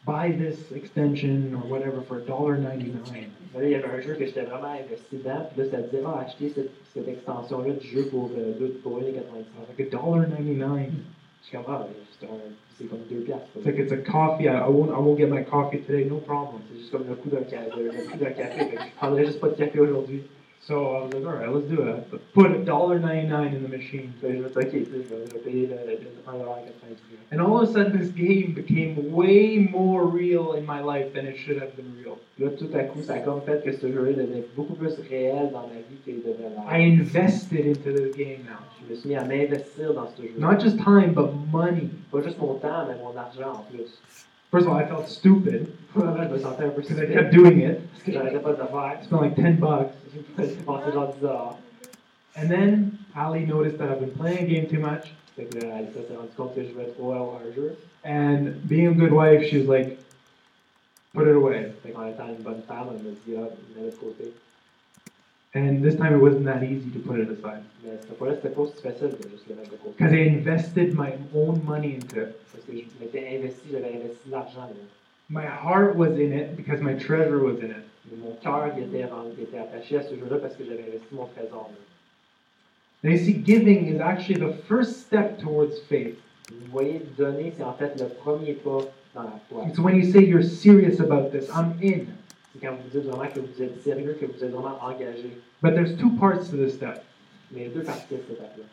buy this extension or whatever for $1.99.
Mais là, il y avait un jeu que j'étais vraiment investi dedans, puis là, ça disait, ah, achetez cette, cette extension-là du jeu pour, euh, deux- pour 1,95.
Like a $1.99.
Je comprends, mais ben, c'est un- c'est comme deux piastres. quoi.
It's like it's a coffee. I, I won't. I won't get my coffee today. No problem.
C'est juste comme le coup d'un ca- le- le coup d'un café. Fait que je prendrais juste pas de café aujourd'hui.
So I was like, all right, let's do it. I Put a dollar ninety nine in the machine,
Fait que je me suis dit, ok, tu sais, je vais- je vais payer le, le 1,99$.
and all of a sudden, this game became way more real in my life than it should have been real.
Là, tout à coup, ça a comme fait que ce jeu-là devenait beaucoup plus réel dans ma vie qu'il devait
I
l'être.
invested into this game now,
Je me suis mis à m'investir dans ce jeu.
not just time but money.
Pas juste mon temps, mais mon argent en plus.
First of all, I felt stupid
Premièrement, je me sentais un peu
because I
stupide
kept doing it.
parce que j'arrêtais pas de le faire.
I spent like ten bucks,
J'ai dépensé genre 10$.
and then Ali noticed that I've been playing a game too much,
Fait que là, Alissa s'est rendu compte que je jouais trop à un jeu.
And being a good wife, she was like, put it away.
Fait qu'en étant une bonne femme, elle m'a dit, ah, mets de côté.
And this time it wasn't that easy to put it aside.
Mais cette fois-là, c'était pas aussi facile de juste le mettre de côté.
Because I invested my own money into it.
Parce que je m'étais investi, j'avais investi de l'argent dedans.
My heart was in it because my treasure was in it.
Mais mon cœur il était, ren- il était attaché à ce jeu-là parce que j'avais investi mon trésor. là.
Now you see, giving is actually the first step towards faith.
Vous voyez, donner, c'est en fait le premier pas dans la foi.
It's when you say you're serious about this, I'm in.
C'est quand vous dites vraiment que vous êtes sérieux, que vous êtes vraiment engagé.
But there's two parts to this step,
Mais il y a deux parties à cette étape-là.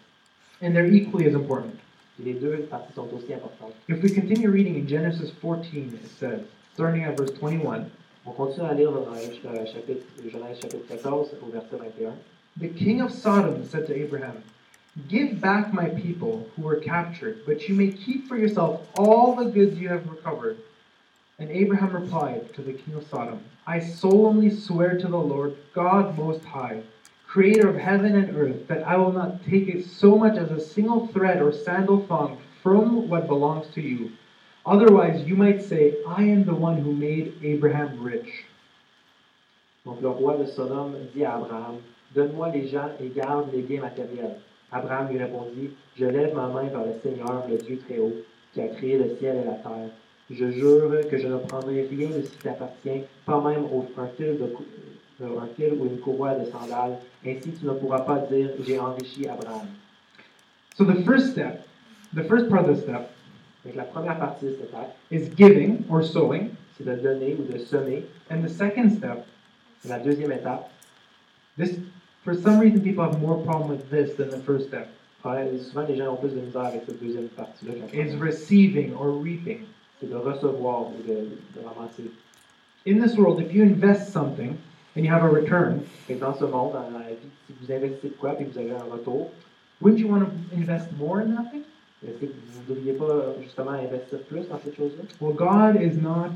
and they're equally as important.
Puis les deux parties sont aussi importantes.
If we continue reading in Genesis 14, it says, starting at verse 21,
On continue à lire dans le chapitre, Genèse chapitre 14 au verset 21.
the king of Sodom said to Abraham, Give back my people who were captured, but you may keep for yourself all the goods you have recovered. And Abraham replied to the king of Sodom, I solemnly swear to the Lord, God Most High, creator of heaven and earth, that I will not take it so much as a single thread or sandal thong from what belongs to you. Otherwise, you might say, I am the one who made Abraham rich.
Donc le roi de Sodome dit à Abraham, Donne-moi les gens et garde les biens matériels. Abraham lui répondit, Je lève ma main vers le Seigneur, le Dieu très haut, qui a créé le ciel et la terre. Je jure que je ne prendrai rien de ce qui t'appartient, pas même au- un fil, de cou- euh, un fil ou une courroie de sandales. Ainsi tu ne pourras pas dire, J'ai enrichi Abraham.
So the first step, the first part of the step,
Donc la première partie de cet acte,
is giving or sowing.
c'est de donner ou de semer.
And the second step,
C'est la deuxième étape.
this for some reason people have more problem with this than the first step,
Probablement, ah, Souvent les gens ont plus de misère avec cette deuxième partie-là. qu'avec la
is
première.
receiving or reaping.
C'est de recevoir ou de, de ramasser.
In this world, if you invest something and you have a return,
Fait que dans ce monde, dans la vie, si vous investissez de quoi et que vous avez un retour,
wouldn't you want to invest more in that thing?
est-ce que vous ne devriez pas justement investir plus dans cette chose-là?
Well, God is not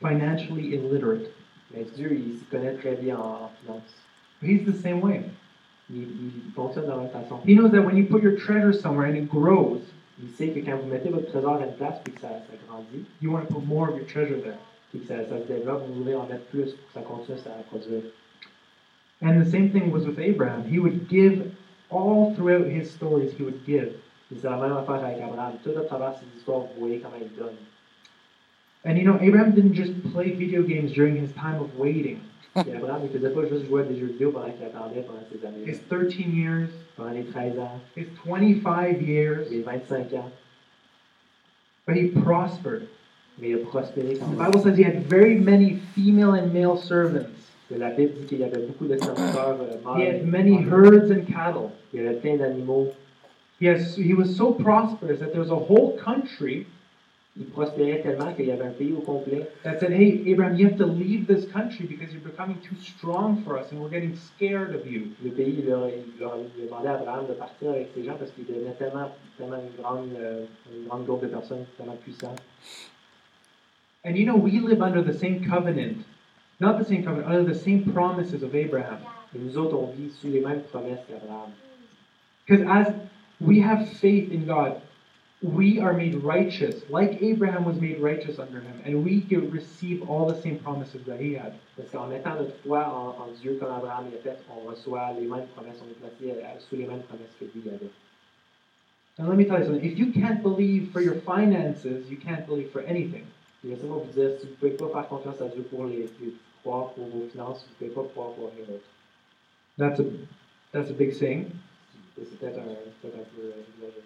financially illiterate.
Mais Dieu, il s'y connaît très bien en, en finance.
He's the same way.
Il, il fonctionne de la même façon.
He knows that when you put your treasure somewhere and it grows,
Il sait que quand vous mettez votre trésor à une place puis que ça, ça grandit,
you want to put more of your treasure there.
puis que ça, ça se développe, vous voulez en mettre plus pour que ça continue à produire.
And the same thing was with Abraham. He would give all throughout his stories, he would give.
Et C'est la même affaire avec Abraham. Tout à travers ces histoires, vous voyez comment il donne.
And you know, Abraham didn't just play video games during his time of waiting.
Et Abraham, il ne faisait pas juste jouer à des jeux vidéo pendant qu'il attendait pendant ces années
His 13 years,
Pendant les 13 ans,
his 25
les
years,
25 ans,
but he prospered.
mais il a prospéré quand
The
même.
Bible says he had very many female and male servants.
Que La Bible dit qu'il y avait beaucoup de serviteurs euh,
He
mâles.
had many herds and cattle.
Il y avait plein d'animaux.
He, has, he was so prosperous that there was a whole country
Il prospérait tellement qu'il y avait un pays au complet
that said, Hey, Abraham, you have to leave this country because you're becoming too strong for us and we're getting scared of you.
le pays. Il leur, il leur- il demandait à Abraham de partir avec ces gens parce qu'il devenait tellement, tellement une, grande, euh, une grande groupe de personnes, tellement puissant.
And you know, we live under the same covenant, not the same covenant, under the same promises of Abraham.
Et nous autres, on vit sous les mêmes promesses qu'Abraham.
Because as we have faith in God, we are made righteous, like Abraham was made righteous under him, and we get, receive all the same promises that he had.
Parce qu'en mettant notre foi en, en Dieu comme Abraham l'a fait, on reçoit les mêmes promesses, on est placé euh, sous les mêmes promesses que lui avait.
And let me tell you something if you can't believe for your finances, you can't believe for anything.
Et laissez-moi vous dire, si vous ne pouvez pas faire confiance à Dieu pour les, les croire pour vos finances, vous ne pouvez pas croire pour rien d'autre.
That's a that's a big saying.
Et C'est peut-être un, peut-être un peu euh, exagéré.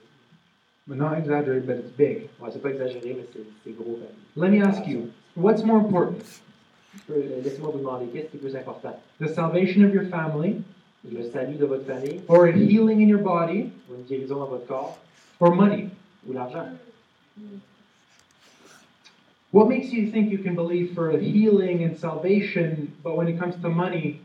But not exaggerated, but it's big.
Ouais, c'est pas exagéré, mais c'est, c'est gros quand même.
Let me ask you, what's more important?
Je peux- euh, Laissez-moi vous demander, qu'est-ce qui est plus important
The salvation of your family,
Le salut de votre famille,
or a healing in your body,
ou une guérison dans votre corps,
or money?
ou l'argent
What makes you think you can believe for healing and salvation, but when it comes to money,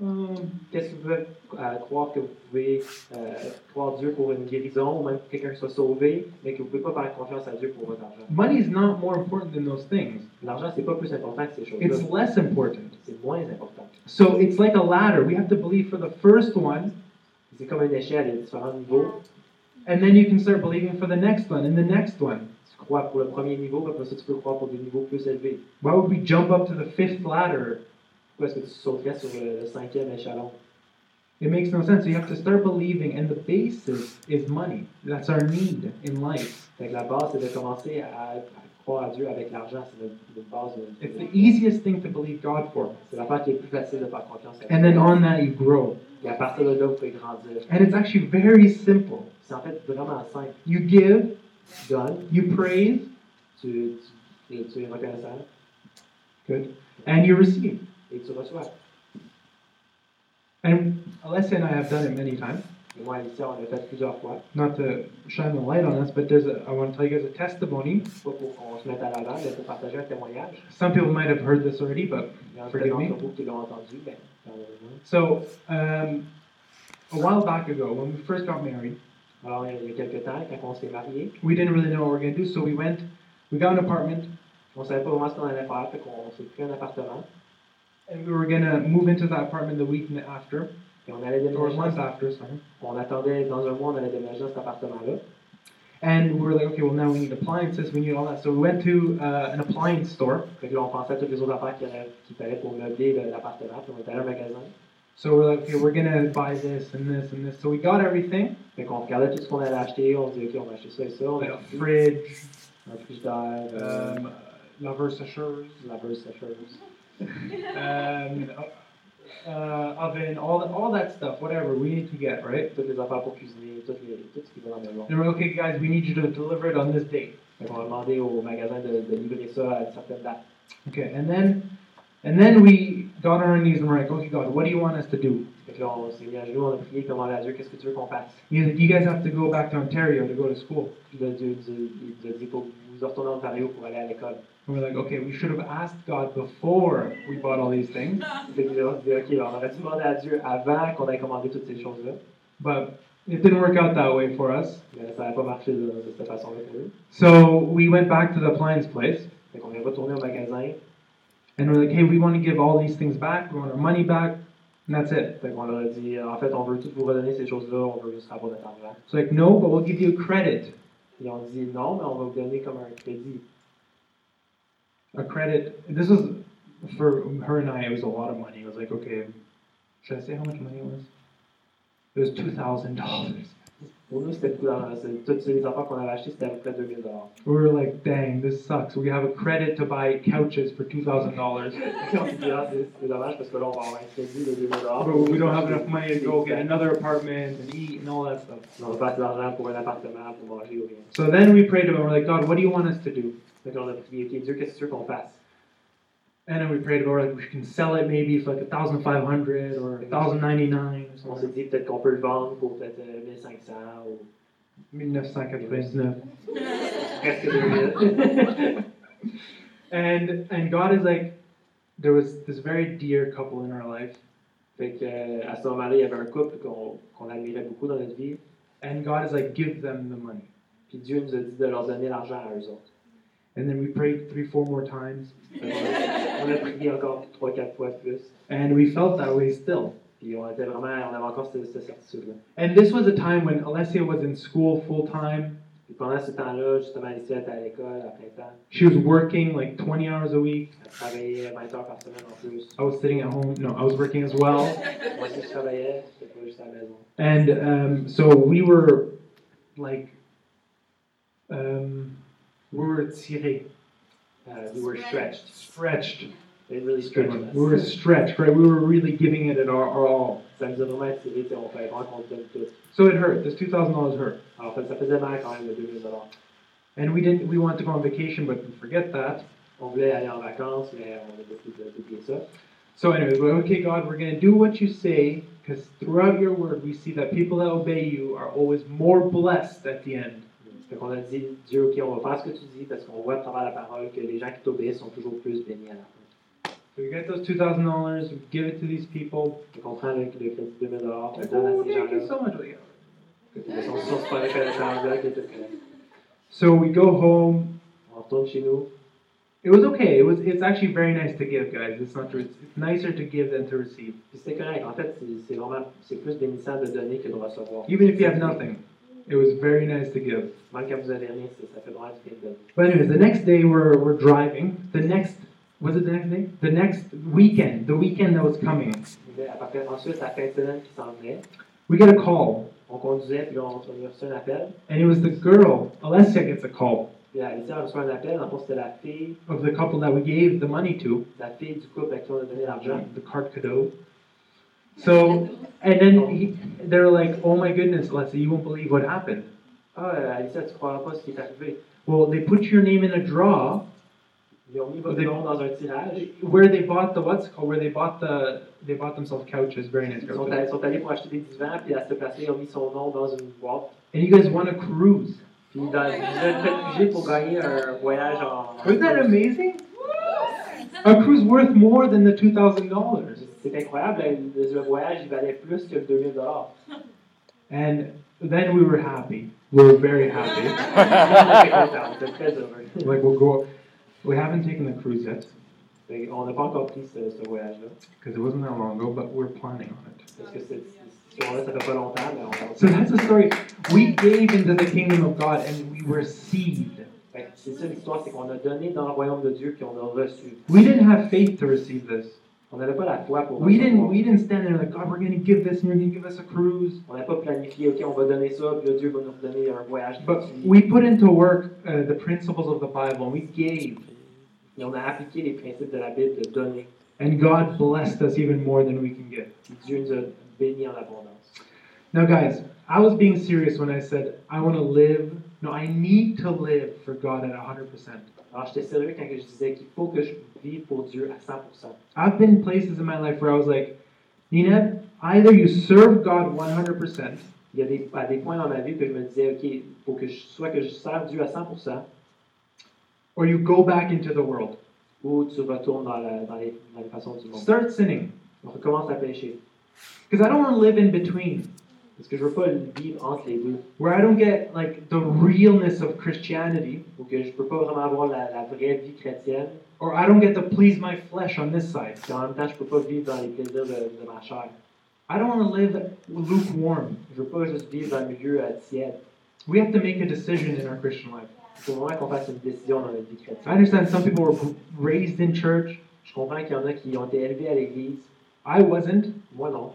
um,
Qu'est-ce que vous pouvez euh, croire que vous pouvez euh, croire Dieu pour une guérison, ou même que quelqu'un soit sauvé, mais que vous ne pouvez pas faire confiance à Dieu pour votre argent
money is not more important than those things.
L'argent, c'est pas plus important que ces choses-là.
It's less important.
C'est moins important.
So it's like a ladder. We have to believe for the first one,
C'est comme une échelle, il y a différents niveaux.
And then you can start believing for the next one and the next one.
Tu crois pour le premier niveau, après ça, tu peux croire pour des niveaux plus élevés.
Why would we jump up to the fifth ladder?
Pourquoi est-ce que tu sauterais sur le, le cinquième échelon?
It makes no sense. You have to start believing, and the basis is money. That's our need in life.
Fait que la base, c'est de commencer à, à croire à Dieu avec l'argent. C'est notre, notre base. notre-
It's the easiest thing to believe God for.
C'est l'affaire qui est plus facile de faire confiance à
And
Dieu.
then on that, you grow.
Et à partir de là, vous pouvez grandir.
And it's actually very simple.
C'est en fait vraiment simple.
You give,
Tu donnes,
you praise,
tu, tu, et tu es reconnaissant
good, and you receive.
et tu reçois.
And Alessia and I have done it many times.
Et moi, ici, on l'a fait plusieurs fois.
Not to shine the light on us, but there's a, I want to tell you guys a testimony.
Pas pour qu'on se mette à l'avant, mais pour partager un témoignage.
Some people might have heard this already, but
Il y en a
Forgive
peut-être
me.
d'entre vous qui l'ont entendu, mais euh,
so um, a while back ago, when we first got married,
Alors, il y a quelques temps, quand on s'est mariés,
we didn't really know what we were going to do, so we went, we got an apartment,
on ne savait pas vraiment ce qu'on allait faire, fait qu'on s'est pris un appartement,
and we were going to move into that apartment the week after,
et on allait
or
déménager.
month after, sorry.
On attendait, dans un mois, on allait déménager dans cet appartement-là.
And we were like, okay, well, now we need appliances, we need all that. So we went to uh, an appliance store.
Fait que là, on pensait à toutes les autres affaires qu'il y avait- qu'il fallait pour meubler le- l'appartement, puis on était allé au magasin.
So we're like, okay, we're going to buy this and this and this. So we got everything
Fait qu'on regardait tout ce qu'on allait acheter, on se disait, OK, on va acheter ça et ça, on
like
a
a fridge,
un frigidaire, euh,
um, lover's assures,
une laveuse, sécheuse,
um, uh, oven, all, the, all that stuff, whatever we need to get, right?
toutes les affaires pour cuisiner, toutes les, tout ce qui va dans le maison.
And we're like, okay, guys, we need you to deliver it on this date.
Fait qu'on a demandé au magasin de, de livrer ça à une certaine date.
Okay, and then and then we got on our knees and we're like, okay, God, what do you want us to do?
Fait que là, on s'est mis à genoux, on a prié, puis on a demandé à Dieu, qu'est-ce que tu veux qu'on fasse?
He's like, you guys have to go back to Ontario to go to school.
Puis là, Dieu, Dieu- il nous a dit, pour vous retourner en Ontario pour aller à l'école.
And we're like, okay, we should have asked God before we bought all these things.
Fait que là, on s'est dit, OK, on aurait dû demander à Dieu avant qu'on ait commandé toutes ces choses-là.
But it didn't work out that way for us.
Mais ça n'avait pas marché de, de cette façon-là pour eux.
So we went back to the appliance place
Fait qu'on est retourné au magasin.
and we're like, hey, we want to give all these things back. We want our money back. And that's it.
Fait qu'on leur a dit, euh, en fait, on veut tout vous redonner ces choses-là, on veut juste avoir notre argent.
It's like, no, but we'll give you credit.
Ils ont dit, non, mais on va vous donner comme un crédit.
A credit. This was for her and I, it was a lot of money. It was like, okay, should I say how much money it was? It was $2,000.
Pour nous, c'était beaucoup d'argent. C'est- Toutes les affaires qu'on avait achetées, c'était à peu près 2000
We were like, dang, this sucks. We have a credit to buy couches for $2,000,
Puis on s'est dit, ah, c'est c'est dommage parce que là, on va avoir un crédit de 2000
but we don't have enough money to go get another apartment and eat and all that stuff.
On va pas assez d'argent pour un appartement, pour manger ou rien.
So then we prayed to him. We're like, God, what do you want us to do?
Fait qu'on a prié, OK, Dieu, qu'est-ce que tu veux qu'on fasse?
And then we prayed about it. We're like, we can sell it maybe for like 1500 or 1099 or
On s'est
something.
dit, peut-être qu'on peut le vendre pour peut-être euh, 1500 ou
1999.
presque 2000.
And and God is like, there was this very dear couple in our life,
Fait que, euh, à ce moment-là, il y avait un couple qu'on qu'on admirait beaucoup dans notre vie.
and God is like, give them the money.
Puis Dieu nous a dit de leur donner l'argent à eux autres.
And then we prayed three, four more times,
Fait qu'on a- On a prié encore 3-4 fois de plus.
and we felt that way still.
Puis on était vraiment, on avait encore cette, cette certitude-là.
And this was a time when Alessia was in school full time.
Puis pendant ce temps-là, justement, ici, elle était à l'école à plein temps.
She was working like 20 hours a week.
Elle travaillait 20 heures par semaine en plus.
I was sitting at home. No, I was working as well.
Moi aussi, je travaillais, j'étais pas juste à la maison.
And um, so we were like, um, we were tiré,
Euh, we were stretched.
stretched.
It really
Good
stretched
one.
us.
We were stretched, right? We were really giving it at our, our all.
Ça nous a vraiment attirés, tu sais, on fait vraiment qu'on donne tout.
So it hurt. This two thousand dollars hurt,
Alors, en fait, ça faisait mal quand même, le 2000
and we didn't. We wanted to go on vacation, but we forget that.
On voulait aller en vacances, mais on a décidé de- d'oublier ça.
So, anyways, we're okay, God, we're gonna do what you say, because throughout your word, we see that people that obey you are always more blessed at the end.
Fait qu'on a dit, Dieu, OK, on va faire ce que tu dis, parce qu'on voit à travers la parole que les gens qui t'obéissent sont toujours plus bénis à la fin.
So we get those two thousand dollars, we give it to these people.
Fait qu'on prend le, le crédit de 2000 on
Like,
donne à
oh,
ces
thank you
gens-là.
so much.
Ils sont sûrs super reconnaissants, là, que tout ça.
So we go home.
On retourne chez nous.
It was okay. It was. It's actually very nice to give, guys. It's not. true. It's, it's nicer to give than to receive,
Puis c'est correct. En fait, c'est- c'est vraiment c'est plus bénissant de donner que de recevoir.
even if you have nothing. It was very nice to give.
Même quand vous avez rien, c'est- ça fait vraiment du bien de donner.
But anyways, the next day we're, we're driving. The next was it the next day? The next weekend, the weekend that was coming,
Puis là, à peu près- Ensuite, la fin de semaine qui s'en venait,
we get a call,
on conduisait, puis là, on, on a reçu un appel.
and it was the girl Alessia gets a call
Puis euh, là, Alicia a reçu un appel. En fait, c'était la fille,
of the couple that we gave the money to,
la fille du couple à qui on a donné l'argent.
the card cadeau. So, and then he, they were like, "Oh my goodness, Alessia, you won't believe what happened."
Ah, euh, Alicia, tu croiras pas ce qui est arrivé.
Well, they put your name in a draw
Ils ont mis votre nom dans un tirage.
where they bought the what's it called where they bought the they bought themselves couches, very nice
Ils sont,
couches.
allés, sont allés pour acheter des divans, puis à ce place-là, ils ont mis son nom dans une boîte.
And you guys won a cruise.
Puis dans, ils ont fait budget pour gagner un voyage en.
Wasn't that amazing? A cruise worth more than the two thousand dollars.
C'est incroyable, hein, le, le voyage, il valait plus que le 2000
And then we were happy. We were very happy.
J'étais content, j'étais très heureux.
like we'll go. We haven't taken the cruise yet
Fait qu'on n'a pas encore pris ce, ce voyage-là,
because it wasn't that long ago, but we're planning on it.
parce que cette situation-là, ça fait pas longtemps, mais on va
So that's the story. We gave into the kingdom of God and we were seed.
Fait que C'est ça l'histoire, c'est qu'on a donné dans le royaume de Dieu, puis on a reçu.
We didn't have faith to receive this.
On n'avait pas la foi pour
We didn't.
recevoir.
We didn't stand there like God. We're going to give this and you're going to give us a cruise.
On n'a pas planifié, OK, on va donner ça, puis là, Dieu va nous donner un voyage.
But
gratuit.
we put into work uh, the principles of the Bible. and We gave,
Et on a appliqué les principes de la Bible de donner.
and God blessed us even more than we can give.
Puis Dieu nous a bénis en abondance.
Now, guys, I was being serious when I said I want to live. No, I need to live for God at 100%.
Alors, j'étais sérieux quand que je disais qu'il faut que je vive pour Dieu à 100%.
I've been places in my life where I was like, Nina, either you serve God 100%,
Il y a des, à des points dans ma vie que je me disais, OK, faut que je, soit que je sers Dieu à 100%,
or you go back into the world.
ou tu retournes dans, la- dans les, dans les façons du monde.
Start sinning.
On recommence à pécher.
Because I don't want to live in between,
Parce que je veux pas le vivre entre les deux,
where I don't get like the realness of Christianity,
ou que je peux pas vraiment avoir la, la vraie vie chrétienne,
or I don't get to please my flesh on this side.
puis en même temps, je peux pas vivre dans les plaisirs de, de ma chair.
I don't want to live lukewarm.
Je veux pas juste vivre dans le milieu euh, tiède.
We have to make a decision in our Christian life.
Il faut vraiment qu'on fasse une décision dans notre vie
I
chrétienne.
understand some people were raised in church.
Je comprends qu'il y en a qui ont été élevés à l'église,
I wasn't.
moi non.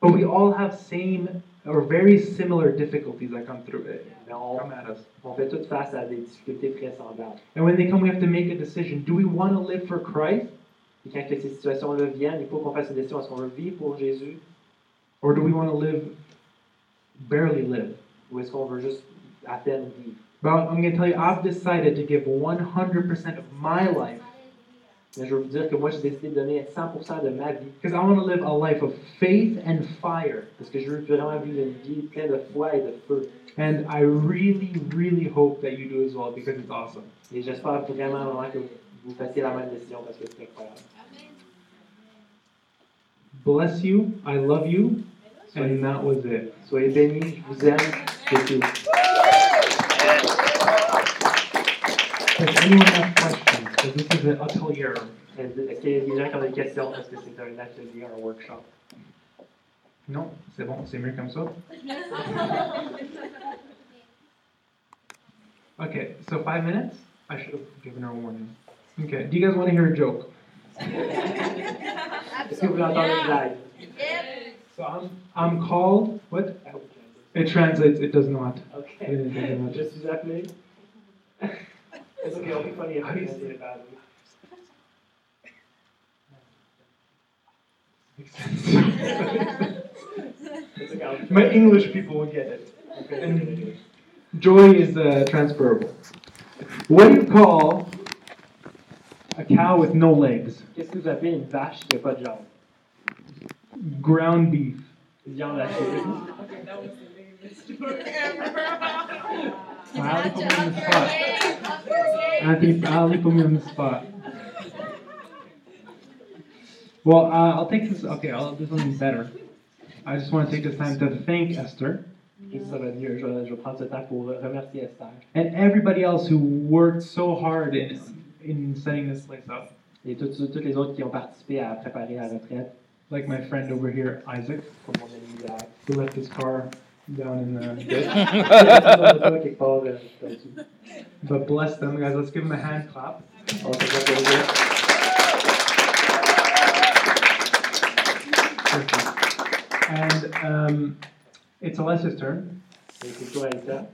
But we all have same or very similar difficulties that come through it,
Mais on,
come at us.
on fait toutes face à des difficultés très semblables.
And when they come, we have to make a decision. Do we want to live for Christ
Puis quand que ces situations-là viennent, il faut qu'on fasse une décision. Est-ce qu'on veut vivre pour Jésus
or do we want to live, barely live?
ou est-ce qu'on veut juste à peine vivre?
But I'm going to tell you, I've decided to give 100% of my life
Mais je veux vous dire que moi, j'ai décidé de donner 100% de ma vie
because I want to live a life of faith and fire.
parce que je veux vraiment vivre une vie pleine de foi et de feu.
And I really, really hope that you do as well because it's awesome.
Et j'espère vraiment, vraiment que vous fassiez la même décision parce que c'est incroyable.
Bless you. I love you. And that was it.
Soyez bénis, je vous aime, c'est tout.
Does anyone have questions? Because this is an atelier.
Est-ce qu'il y a des gens qui ont des questions parce que c'est un atelier, un workshop?
Non, c'est bon, c'est mieux comme ça. Okay, so five minutes? I should have given her a warning. Okay, do you guys want to hear a joke?
Est-ce que vous l'entendez
Yeah.
live?
So I'm, I'm called, what? It translates, it does not.
Ah, Ok.
It does not.
Je suis appelé. It's okay, I'll be funny if I can't do it badly.
Makes sense.
It's okay, I'll be
My English people will get it.
funny.
Joy is uh, transferable. What do you call a cow with no legs?
Qu'est-ce que vous appelez une vache qui n'a pas de jambes?
Ground beef.
Viande hachée.
Ali put me on the spot. Anthony, Ali put me on the spot. Well, uh, I'll take this. Okay, I'll do something better. I just want to take this time to thank Esther
Juste ça va mieux. Je vais, je vais prendre ce temps pour remercier Esther
and everybody else who worked so hard in in setting this place up.
et tous tous les autres qui ont participé à préparer la retraite,
Like my friend over here, Isaac,
comme mon ami Isaac,
who left his car down in the.
quelque part, euh, là-dessus.
but bless them, guys. Let's give them a hand clap.
On se voit pour le-
Thank you. And um, it's Alessia's turn.
C'est toujours à l'état.